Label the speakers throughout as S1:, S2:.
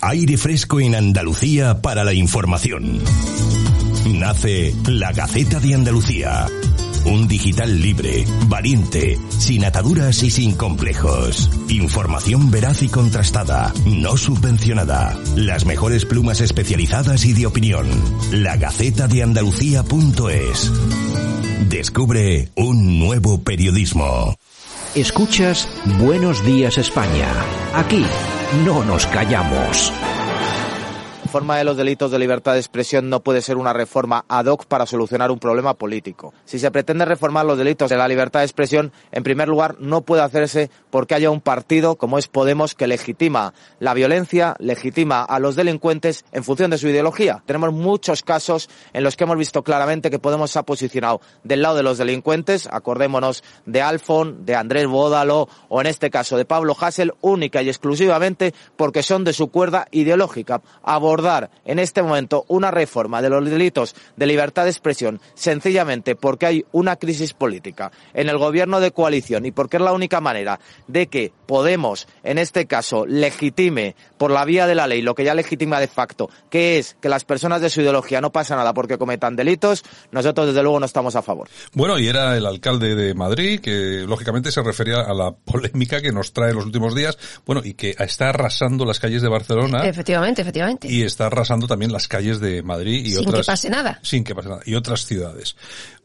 S1: Aire fresco en Andalucía para la información. Nace la Gaceta de Andalucía. Un digital libre, valiente, sin ataduras y sin complejos. Información veraz y contrastada, no subvencionada. Las mejores plumas especializadas y de opinión. La Gaceta de Andalucía.es. Descubre un nuevo periodismo.
S2: Escuchas Buenos Días España. Aquí no nos callamos.
S3: La reforma de los delitos de libertad de expresión no puede ser una reforma ad hoc para solucionar un problema político. Si se pretende reformar los delitos de la libertad de expresión, en primer lugar, no puede hacerse porque haya un partido como es Podemos que legitima la violencia, legitima a los delincuentes en función de su ideología. Tenemos muchos casos en los que hemos visto claramente que Podemos se ha posicionado del lado de los delincuentes, acordémonos de Alfon, de Andrés Bódalo o en este caso de Pablo Hassel, única y exclusivamente porque son de su cuerda ideológica. Abordar en este momento una reforma de los delitos de libertad de expresión sencillamente porque hay una crisis política en el gobierno de coalición y porque es la única manera de que Podemos, en este caso, legitime por la vía de la ley lo que ya legitima de facto, que es que las personas de su ideología no pasa nada porque cometan delitos, nosotros desde luego no estamos a favor.
S4: Bueno, y era el alcalde de Madrid que lógicamente se refería a la polémica que nos trae los últimos días, bueno, y que está arrasando las calles de Barcelona.
S5: Efectivamente, efectivamente.
S4: Ah. Y está arrasando también las calles de Madrid y
S5: sin
S4: otras.
S5: que pase nada.
S4: Sin que pase nada. Y otras ciudades.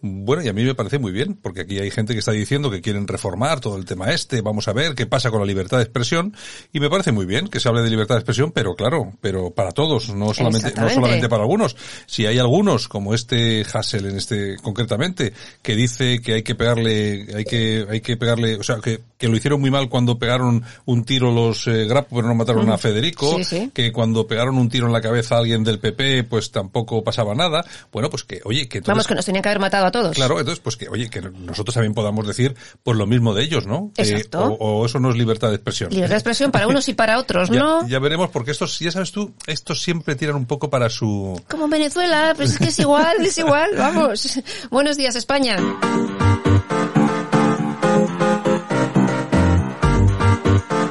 S4: Bueno, y a mí me parece muy bien, porque aquí hay gente que está diciendo que quieren reformar todo el tema este, vamos a ver qué pasa con la libertad de expresión, y me parece muy bien que se hable de libertad de expresión, pero claro, pero para todos, no solamente, no solamente para algunos. Si hay algunos, como este Hassel en este, concretamente, que dice que hay que pegarle, hay que, hay que pegarle, o sea, que, que lo hicieron muy mal cuando pegaron un tiro los eh, Grapo, pero no mataron mm. a Federico, sí, sí. que cuando pegaron un tiro en la cabeza a alguien del PP, pues tampoco pasaba nada. Bueno, pues que, oye, que
S5: entonces, Vamos, que nos tenían que haber matado a todos.
S4: Claro, entonces, pues que, oye, que nosotros también podamos decir, pues lo mismo de ellos, ¿no?
S5: Exacto.
S4: Eh, o, o, eso no es libertad de expresión.
S5: Libertad de expresión para unos y para otros, ¿no?
S4: Ya, ya, veremos, porque estos, ya sabes tú, estos siempre tiran un poco para su...
S5: Como Venezuela, pues es que es igual, es igual, vamos. Buenos días, España.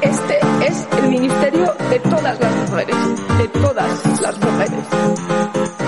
S6: Este es el ministerio de todas las mujeres, de todas las mujeres.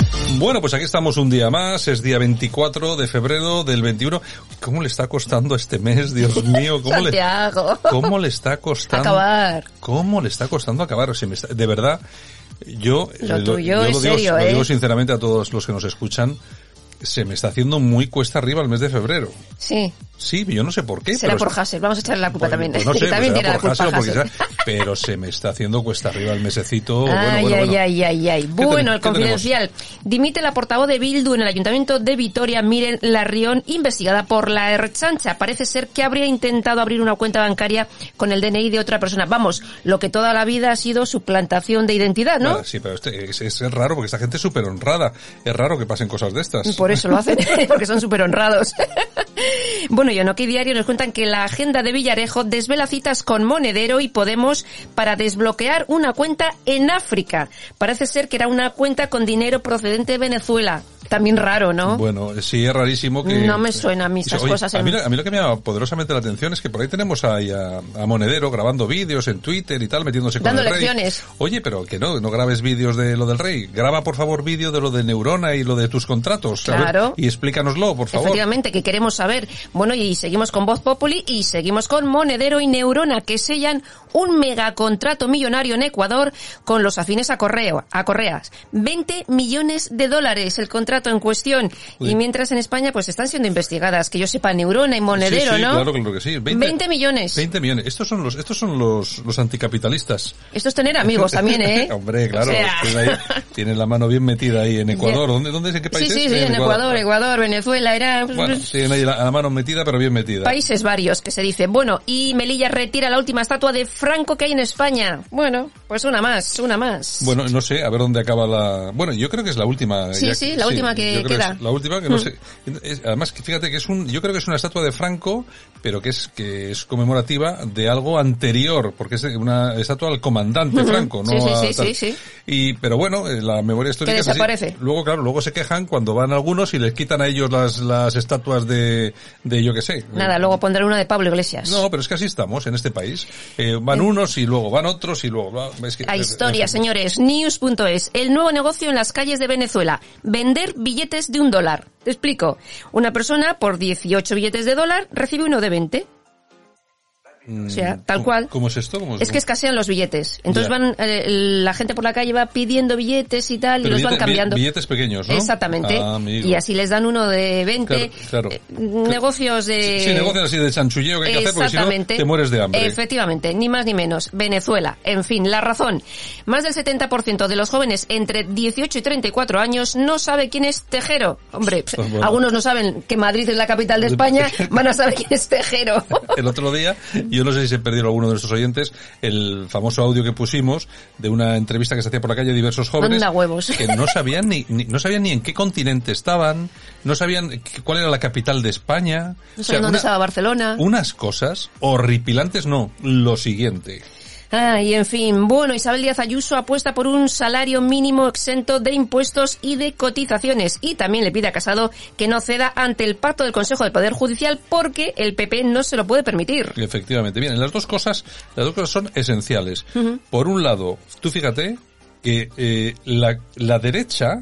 S4: Bueno, pues aquí estamos un día más. Es día 24 de febrero del 21. ¿Cómo le está costando este mes, Dios mío? ¿Cómo le, ¿cómo le está costando? Costando,
S5: acabar.
S4: ¿Cómo le está costando acabar? O sea, me está, de verdad, yo
S5: lo, lo, tuyo
S4: yo
S5: es
S4: lo, digo,
S5: serio,
S4: lo
S5: ¿eh?
S4: digo sinceramente a todos los que nos escuchan, se me está haciendo muy cuesta arriba el mes de febrero.
S5: Sí.
S4: Sí, yo no sé por qué.
S5: Será
S4: pero
S5: por Hassel, vamos a echarle la culpa
S4: pues,
S5: también.
S4: Pues no sé,
S5: también
S4: pues será
S5: por
S4: Hassel,
S5: culpa
S4: porque
S5: Hassel.
S4: será- pero se me está haciendo cuesta arriba el mesecito.
S5: Ay,
S4: Oh, bueno, bueno,
S5: ay,
S4: bueno.
S5: ay, ay, ay. Bueno,
S4: tenemos?
S5: el
S4: ¿Qué tenemos?
S5: confidencial. Dimite la portavoz de Bildu en el Ayuntamiento de Vitoria, Miren Larrión, investigada por la Erchancha. Parece ser que habría intentado abrir una cuenta bancaria con el DNI de otra persona. Vamos, lo que toda la vida ha sido suplantación de identidad, ¿no?
S4: Nada, sí, pero este- es, es raro porque esta gente es súper honrada. Es raro que pasen cosas de estas.
S5: Por eso lo hacen, porque son súper honrados. bueno, y en OK Diario nos cuentan que la agenda de Villarejo desvela citas con Monedero y Podemos para desbloquear una cuenta en África. Parece ser que era una cuenta con dinero procedente de Venezuela. También raro, ¿no?
S4: Bueno, sí, es rarísimo que...
S5: No me suena a mí estas
S4: Oye,
S5: cosas
S4: A
S5: en-
S4: mí, lo- a mí lo que me llama poderosamente la atención es que por ahí tenemos ahí a, a Monedero grabando vídeos en Twitter y tal, metiéndose con
S5: Dando
S4: el rey.
S5: lecciones.
S4: Oye, pero que no, no grabes vídeos de lo del rey. Graba, por favor, vídeo de lo de Neurona y lo de tus contratos. a ver,
S5: Claro.
S4: y explícanoslo, por favor.
S5: Efectivamente, que queremos saber. Bueno, y seguimos con Voz Populi y seguimos con Monedero y Neurona, que sellan un megacontrato millonario en Ecuador con los afines a, correo, a Correas. 20 millones de dólares el contrato en cuestión.
S4: Uy.
S5: Y mientras en España pues están siendo investigadas, que yo sepa, Neurona y Monedero,
S4: Sí, sí,
S5: ¿no?
S4: claro, claro que sí. 20,
S5: 20 millones.
S4: 20 millones. Estos son los, estos son los, los anticapitalistas.
S5: Esto es tener amigos también, ¿eh?
S4: Hombre, claro.
S5: O sea,
S4: tienen ahí- tienen la mano bien metida ahí en Ecuador.
S5: Ya.
S4: ¿Dónde, dónde es? ¿En qué
S5: Sí,
S4: país
S5: sí,
S4: es?
S5: sí, en Ecuador, Ecuador, Venezuela, pues, era...
S4: Bueno, tienen ahí la, la mano metida, pero bien metida.
S5: Países varios que se dicen. Bueno, y Melilla retira la última estatua de franco que hay en España. Bueno, pues una más, una más.
S4: Bueno, no sé, a ver dónde acaba la... Bueno, yo creo que es la última.
S5: Sí, sí, la última que
S4: yo creo
S5: queda. Mm.
S4: es la última que no sé. Es- además, que fíjate que es un... Yo creo que es una estatua de Franco, pero que es que es conmemorativa de algo anterior, porque es una estatua al comandante Franco, ¿no?
S5: Sí, sí,
S4: a
S5: sí,
S4: tal.
S5: sí, sí.
S4: Y, pero bueno, eh, la memoria histórica...
S5: Que
S4: es así.
S5: desaparece.
S4: Luego, claro, luego se quejan cuando van algunos y les quitan a ellos las, las estatuas de, de yo qué sé.
S5: Nada, luego pondré una de Pablo Iglesias.
S4: No, pero es que así estamos en este país. Eh, van unos y luego van otros y luego... va- Es que,
S5: La historia,
S4: en fin.
S5: señores. News.es. El nuevo negocio en las calles de Venezuela. Vender billetes de un dólar. Te explico. Una persona por 18 billetes de dólar recibe uno de 20. O sea, tal
S4: Mm, ¿Cómo-
S5: cual.
S4: ¿Cómo es esto? ¿Cómo
S5: Es que escasean los billetes. Entonces
S4: Ya.
S5: van, eh, la gente por la calle va pidiendo billetes y tal, y
S4: Pero
S5: los van
S4: billete-
S5: cambiando.
S4: bi- Billetes pequeños, ¿no?
S5: Exactamente.
S4: Ah, amigo.
S5: y así les dan uno de 20.
S4: Claro, claro.
S5: Eh, Negocios de...
S4: Sí, negocios así de chanchulleo que hay que hacer porque si no
S5: Exactamente.
S4: te mueres de hambre.
S5: Efectivamente, ni más ni menos. Venezuela, en fin, la razón. Más del 70% de los jóvenes entre 18 y 34 años no sabe quién es Tejero. Hombre, pf,
S4: Pues Bueno.
S5: algunos no saben que Madrid es la capital de España, van a saber quién es Tejero.
S4: El otro día, yo no sé si se perdieron alguno de nuestros oyentes, el famoso audio que pusimos de una entrevista que se hacía por la calle a diversos jóvenes
S5: Anda huevos.
S4: que no sabían ni, ni- no sabían ni en qué continente estaban, no sabían qué- cuál era la capital de España,
S5: No saben dónde estaba Barcelona.
S4: unas cosas horripilantes, no, lo siguiente.
S5: Ah, y en fin, bueno, Isabel Díaz Ayuso apuesta por un salario mínimo exento de impuestos y de cotizaciones y también le pide a Casado que no ceda ante el pacto del Consejo del Poder Judicial porque el PP no se lo puede permitir.
S4: Efectivamente. Bien, las dos cosas, las dos cosas son esenciales. Por un lado, tú fíjate que eh, la, la derecha,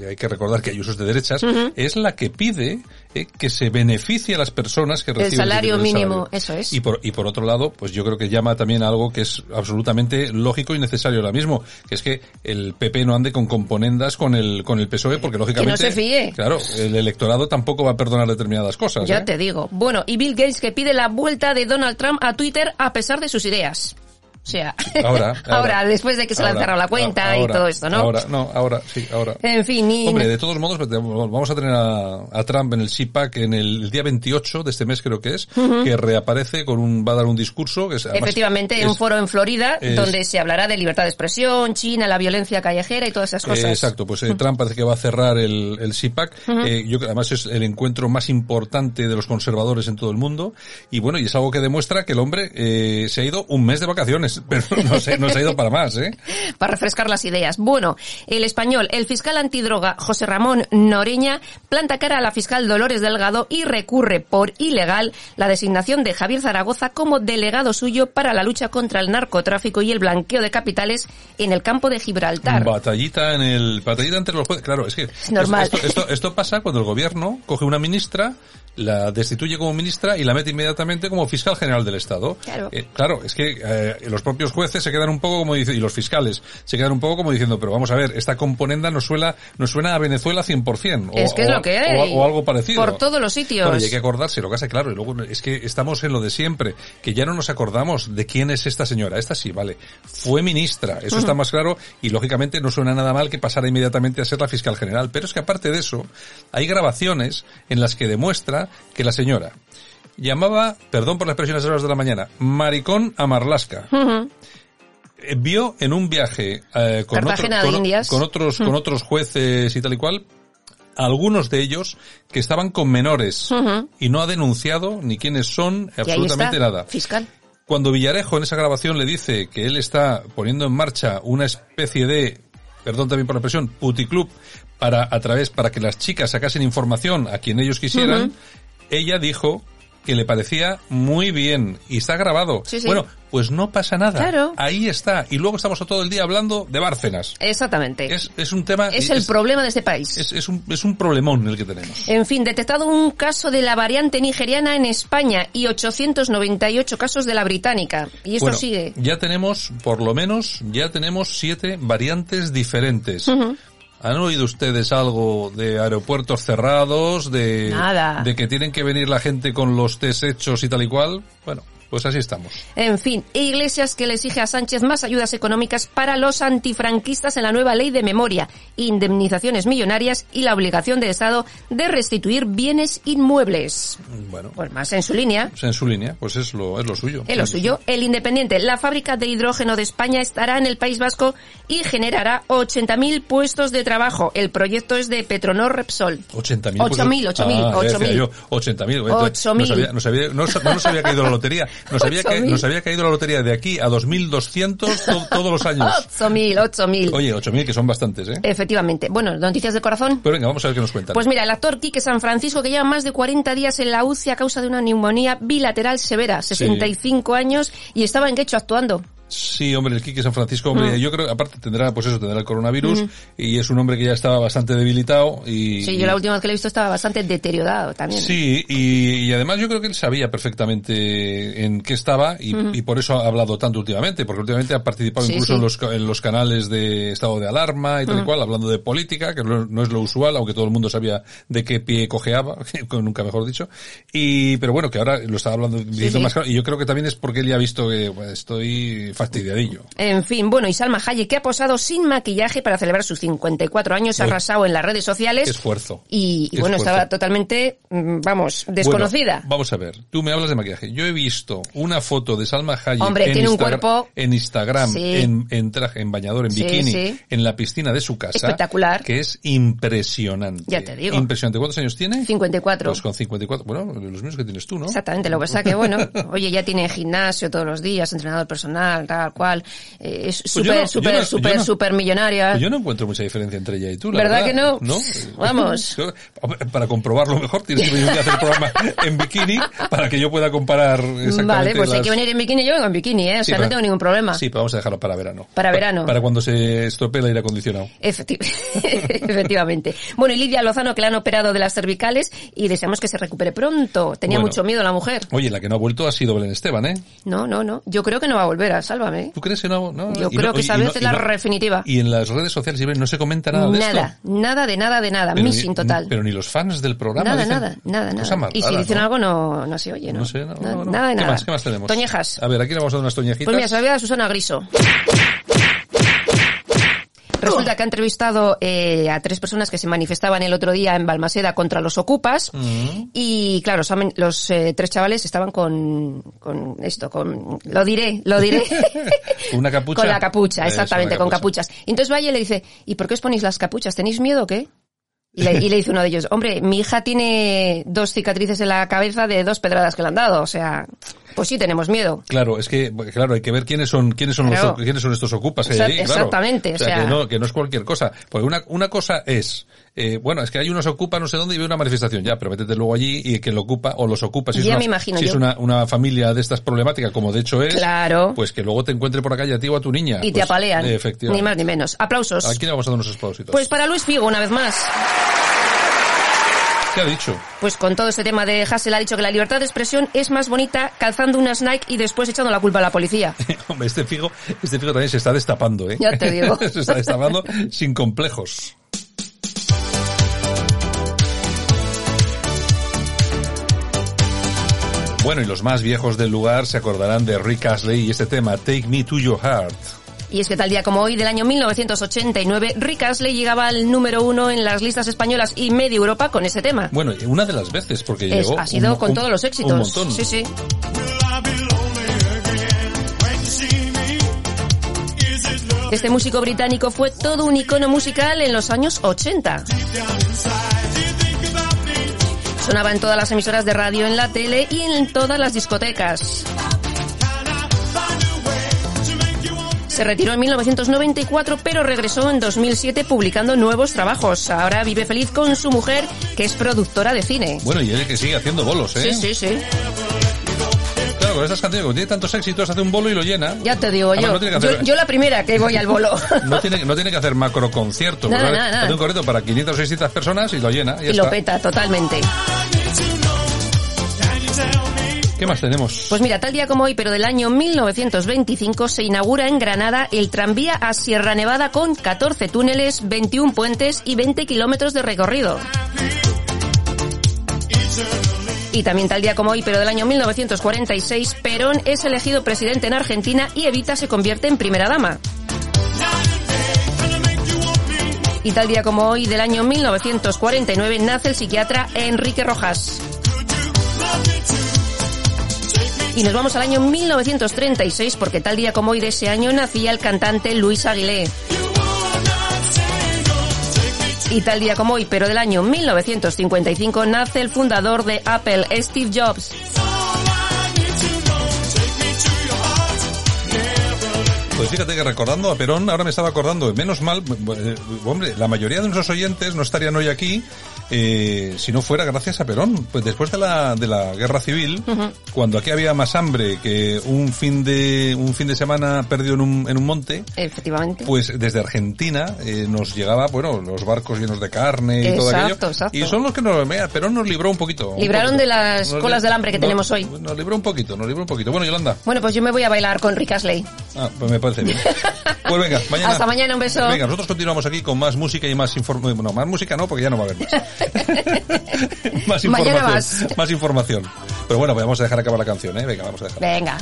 S4: eh, hay que recordar que hay usos de derechas, es la que pide eh, que se beneficie a las personas que reciben ese
S5: salario
S4: tipo de
S5: mínimo,
S4: salario.
S5: eso es.
S4: Y por, y por otro lado, pues yo creo que llama también a algo que es absolutamente lógico y necesario ahora mismo, que es que el PP no ande con componendas con el con el PSOE, E, porque lógicamente,
S5: se fíe.
S4: claro, el electorado tampoco va a perdonar determinadas cosas.
S5: Ya
S4: ¿eh?
S5: te digo. Bueno, y Bill Gates que pide la vuelta de Donald Trump a Twitter a pesar de sus ideas. O sea,
S4: Ahora, ahora,
S5: después de que se le han
S4: ahora,
S5: cerrado la cuenta y
S4: ahora,
S5: todo esto, ¿no?
S4: Ahora, no, ahora, sí, ahora.
S5: En fin, y...
S4: Hombre, de todos modos, vamos a tener a, a Trump en el SIPAC en el, día 28 de este mes, creo que es, que reaparece con un, va a dar un discurso que es, además,
S5: Efectivamente, un
S4: es-
S5: foro en Florida
S4: es-
S5: donde se hablará de libertad de expresión, China, la violencia callejera y todas esas
S4: Eh,
S5: cosas.
S4: exacto, pues eh, Trump parece que va a cerrar el, el CIPAC. Eh, yo creo que además es el encuentro más importante de los conservadores en todo el mundo. Y bueno, y es algo que demuestra que el hombre eh, se ha ido un mes de vacaciones, pero no se, no se ha ido para más, ¿eh?
S5: para refrescar las ideas. Bueno, el español, el fiscal antidroga José Ramón Noreña planta cara a la fiscal Dolores Delgado y recurre por ilegal la designación de Javier Zaragoza como delegado suyo para la lucha contra el narcotráfico y el blanqueo de capitales en el campo de Gibraltar.
S4: Batallita en el, batallita entre los jueces. Claro, es que.
S5: normal.
S4: Esto, esto, esto pasa cuando el gobierno coge una ministra, la destituye como ministra y la mete inmediatamente como fiscal general del Estado.
S5: Claro.
S4: Eh, claro, es que eh, los propios jueces se quedan un poco como diciendo, y los fiscales se quedan un poco como diciendo, pero vamos a ver, esta componenda nos suena, nos suena a Venezuela 100%. O,
S5: Es que es
S4: o-
S5: lo que hay.
S4: O, o algo parecido.
S5: Por todos los sitios.
S4: Claro, y hay que acordarse, lo que hace claro, y luego es que estamos en lo de siempre, que ya no nos acordamos de quién es esta señora. Esta sí, vale, fue ministra, eso
S5: Mm.
S4: está más claro, y lógicamente no suena nada mal que pasara inmediatamente a ser la fiscal general. Pero es que aparte de eso, hay grabaciones en las que demuestra que la señora llamaba, perdón por las expresiones a las horas de la mañana, maricón a Marlasca. Eh, Vio en un viaje eh, con, otro-
S5: Cartagena de
S4: con o-
S5: Indias. Mm.
S4: con otros con otros jueces y tal y cual algunos de ellos que estaban con menores y no ha denunciado ni quiénes son
S5: Y ahí está,
S4: absolutamente nada.
S5: Fiscal.
S4: Cuando Villarejo en esa grabación le dice que él está poniendo en marcha una especie de, perdón también por la expresión, puticlub para a través para que las chicas sacasen información a quien ellos quisieran, ella dijo que le parecía muy bien y está grabado.
S5: Sí, sí.
S4: Bueno, pues no pasa nada.
S5: Claro.
S4: Ahí está. Y luego estamos todo el día hablando de Bárcenas.
S5: Exactamente.
S4: Es, es un tema...
S5: Eh, Es el problema de este país.
S4: Es, es un, es un problemón el que tenemos.
S5: En fin, detectado un caso de la variante nigeriana en España y 898 casos de la británica. Y esto
S4: Bueno,
S5: sigue.
S4: Ya tenemos, por lo menos, ya tenemos siete variantes diferentes. ¿Han oído ustedes algo de aeropuertos cerrados, de,
S5: Nada.
S4: de que tienen que venir la gente con los test hechos y tal y cual? Bueno, Pues así estamos.
S5: En fin, Iglesias que le exige a Sánchez más ayudas económicas para los antifranquistas en la nueva ley de memoria, indemnizaciones millonarias y la obligación de Estado de restituir bienes inmuebles.
S4: Bueno,
S5: Pues más en su línea.
S4: pues en su línea, pues es lo, es lo suyo.
S5: En lo suyo, el Independiente, la fábrica de hidrógeno de España estará en el País Vasco y generará 80.000 puestos de trabajo. El proyecto es de Petronor Repsol.
S4: 80.000.
S5: 8.000, 8.000,
S4: pues, Ah, ya decía
S5: 8.000.
S4: yo, 80.000. Entonces,
S5: 8.000.
S4: Nos había, nos había- no, sa- no nos había caído la lotería. Nos había, ca-
S5: 8.000.
S4: nos había caído la lotería de aquí a 2.200 to- todos los años.
S5: 8.000, 8.000.
S4: Oye, 8.000 que son bastantes, ¿eh?
S5: Efectivamente. Bueno, noticias de corazón.
S4: Pero venga, vamos a ver qué nos cuentan.
S5: Pues mira, el actor Quique San Francisco, que lleva más de 40 días en la UCI a causa de una neumonía bilateral severa, 65 años, y estaba en quecho actuando.
S4: Sí, hombre, el Quique San Francisco,
S5: Ah.
S4: hombre, yo creo, aparte tendrá, pues eso, tendrá el coronavirus y es un hombre que ya estaba bastante debilitado y...
S5: Mm. Sí, yo la última vez que lo he visto estaba bastante deteriorado también.
S4: Sí, y, y además yo creo que él sabía perfectamente en qué estaba y, y por eso ha hablado tanto últimamente, porque últimamente ha participado
S5: Sí,
S4: incluso
S5: sí.
S4: En, los, ca- en los canales de estado de alarma y tal y cual, hablando de política, que no, no es lo usual, aunque todo el mundo sabía de qué pie cojeaba, que nunca mejor dicho. Y, pero bueno, que ahora lo estaba hablando diciendo
S5: sí.
S4: más claro, y yo creo que también es porque él ya ha visto que bueno, estoy fastidiadillo.
S5: En fin, bueno, y Salma Hayek, que ha posado sin maquillaje para celebrar sus 54 años, ha
S4: Bueno.
S5: arrasado en las redes sociales.
S4: Qué esfuerzo.
S5: Y, y
S4: Qué
S5: bueno,
S4: esfuerzo.
S5: estaba totalmente, mm, vamos, desconocida.
S4: Bueno, vamos a ver, tú me hablas de maquillaje. Yo he visto una foto de Salma Hayek
S5: Hombre,
S4: en,
S5: tiene un
S4: Instagra-
S5: cuerpo-
S4: en Instagram,
S5: Sí.
S4: en, en traje, en bañador, en
S5: Sí,
S4: bikini,
S5: sí.
S4: en la piscina de su casa.
S5: Espectacular.
S4: Que es impresionante.
S5: Ya te digo.
S4: Impresionante. ¿Cuántos años tiene?
S5: 54.
S4: Pues con 54. Bueno, los mismos que tienes tú, ¿no?
S5: Exactamente, lo que pasa que, bueno, oye, ya tiene gimnasio todos los días, entrenador personal, tal cual, eh, es
S4: Pues yo no- yo
S5: súper, súper,
S4: no- yo
S5: súper,
S4: no-
S5: súper millonaria.
S4: Pues yo no encuentro mucha diferencia entre ella y tú, la
S5: ¿Verdad
S4: verdad.
S5: que no?
S4: ¿No?
S5: Vamos.
S4: Yo- hombre, Para comprobarlo mejor tienes que venir a hacer el programa en bikini para que yo pueda comparar exactamente
S5: Vale, pues hay
S4: las-
S5: que venir en bikini, yo vengo en bikini, ¿eh? O
S4: Sí,
S5: sea, no
S4: para-
S5: tengo ningún problema.
S4: Sí, pero vamos a dejarlo para verano.
S5: Para
S4: Pa-
S5: verano.
S4: Para cuando se estropee el aire acondicionado.
S5: Efecti- Efectivamente. Bueno, y Lidia Lozano, que la han operado de las cervicales y deseamos que se recupere pronto. Tenía
S4: Bueno.
S5: mucho miedo la mujer.
S4: Oye, la que no ha vuelto ha sido Belén Esteban, ¿eh?
S5: No, no, no. Yo creo que no va a volver a Sálvame. ¿eh?
S4: ¿Tú crees que no? no
S5: Yo
S4: y
S5: creo
S4: no-
S5: que esa
S4: y no-
S5: vez es
S4: y
S5: la
S4: no-
S5: definitiva.
S4: Y en las redes sociales Isabel, no se comenta nada, de
S5: nada,
S4: esto.
S5: nada de nada de nada.
S4: Pero ni-
S5: Missing total.
S4: Pero ni los fans del programa
S5: nada,
S4: dicen
S5: nada, nada,
S4: cosa
S5: nada,
S4: más
S5: Y si
S4: rara,
S5: dicen
S4: ¿no?
S5: algo no, no se oye, ¿no?
S4: No sé, no,
S5: Na-
S4: no, no.
S5: Nada de
S4: ¿Qué
S5: nada.
S4: Más, ¿Qué más tenemos?
S5: Toñejas.
S4: A ver, aquí le vamos a dar unas toñejitas.
S5: Pues mira, se la voy a dar a Susana Griso. Resulta que ha entrevistado eh, a tres personas que se manifestaban el otro día en Balmaseda contra los ocupas
S4: Mm.
S5: y claro, los, amen- los, eh, tres chavales estaban con, con esto, con lo diré, lo diré.
S4: ¿Con una capucha?
S5: Con la capucha,
S4: Eh,
S5: exactamente,
S4: sí, una
S5: con
S4: capucha.
S5: capuchas. Y entonces Valle le dice, ¿y por qué os ponéis las capuchas? ¿Tenéis miedo o qué? Y le, y le dice uno de ellos, hombre, mi hija tiene dos cicatrices en la cabeza de dos pedradas que le han dado, o sea, pues sí tenemos miedo.
S4: Claro, es que bueno, claro hay que ver quiénes son quiénes son
S5: Claro.
S4: los, quiénes son estos ocupas que hay
S5: Exact-
S4: ahí, claro.
S5: exactamente, o
S4: o sea,
S5: sea-
S4: que no que no es cualquier cosa, porque una una cosa es eh, bueno es que hay unos ocupas no sé dónde y ve una manifestación ya, pero métete luego allí y que lo ocupa o los ocupa si es
S5: Ya
S4: una,
S5: me imagino,
S4: si
S5: yo-
S4: es una, una familia de estas problemáticas como de hecho es,
S5: Claro.
S4: pues que luego te encuentre por la calle a ti o a tu niña
S5: Y te
S4: Pues,
S5: apalean.
S4: eh,
S5: Ni más
S4: Efectivamente.
S5: ni menos. Aplausos.
S4: Aquí le vamos a dar unos aplausitos.
S5: Pues para Luis Figo, una vez más.
S4: ¿Qué ha dicho?
S5: Pues con todo ese tema de Hassel ha dicho que la libertad de expresión es más bonita calzando una Nike y después echando la culpa a la policía.
S4: Hombre, este figo, este figo también se está destapando, ¿eh?
S5: Ya te digo.
S4: se está destapando sin complejos. Bueno, y los más viejos del lugar se acordarán de Rick Astley y este tema, Take Me to Your Heart.
S5: Y es que tal día como hoy, del año 1989, Rick Astley llegaba al número uno en las listas españolas y media Europa con ese tema.
S4: Bueno, y una de las veces, porque
S5: Es-
S4: llegó...
S5: ha sido
S4: un-
S5: con
S4: un-
S5: todos los éxitos.
S4: Un montón.
S5: Sí, sí. Este músico británico fue todo un icono musical en los años 80. Sonaba en todas las emisoras de radio, en la tele y en todas las discotecas. Se retiró en 1994, pero regresó en 2007 publicando nuevos trabajos. Ahora vive feliz con su mujer, que es productora de cine.
S4: Bueno, y él que sigue haciendo bolos, ¿eh?
S5: Sí, sí, sí.
S4: Claro, con estas canciones, como tiene tantos éxitos, hace un bolo y lo llena.
S5: Ya te digo
S4: Además,
S5: yo.
S4: Ah, no tiene que
S5: yo.
S4: hacer-
S5: yo la primera que voy al bolo.
S4: No tiene, no tiene que hacer macro concierto.
S5: Nada,
S4: ¿verdad?
S5: nada, nada.
S4: Hace un concierto para 500 o 600 personas y lo llena. ya
S5: y lo
S4: está.
S5: peta totalmente.
S4: ¿Qué más tenemos?
S5: Pues mira, tal día como hoy, pero del año 1925, se inaugura en Granada el tranvía a Sierra Nevada con 14 túneles, 21 puentes y 20 kilómetros de recorrido. Y también tal día como hoy, pero del año 1946, Perón es elegido presidente en Argentina y Evita se convierte en primera dama. Y tal día como hoy, del año 1949, nace el psiquiatra Enrique Rojas. Y nos vamos al año 1936 porque tal día como hoy de ese año nacía el cantante Luis Aguilé. Y tal día como hoy, pero del año 1955, nace el fundador de Apple, Steve Jobs.
S4: Pues fíjate que recordando a Perón, ahora me estaba acordando, menos mal, eh, hombre, la mayoría de nuestros oyentes no estarían hoy aquí eh, si no fuera gracias a Perón. Pues después de la, de la guerra civil, cuando aquí había más hambre que un fin de, un fin de semana perdido en un, en un monte,
S5: Efectivamente.
S4: pues desde Argentina eh, nos llegaba, bueno, los barcos llenos de carne y todo
S5: Exacto,
S4: aquello.
S5: exacto.
S4: Y son los que nos, mira, Perón nos libró un poquito. un
S5: Libraron
S4: poquito.
S5: de las colas del hambre que tenemos hoy.
S4: Nos libró un poquito, nos libró un poquito. Bueno, Yolanda,
S5: Bueno, pues yo me voy a bailar con Rick Astley.
S4: Ah, pues me parece bien. Pues venga, mañana.
S5: Hasta mañana, un beso.
S4: Venga, nosotros continuamos aquí con más música y más información. Bueno, más música no, porque ya no va a haber más. más
S5: Mañana
S4: pues información. Más información. Pero bueno, vamos a dejar acabar la canción, ¿eh? Venga, vamos a dejarla.
S5: Venga.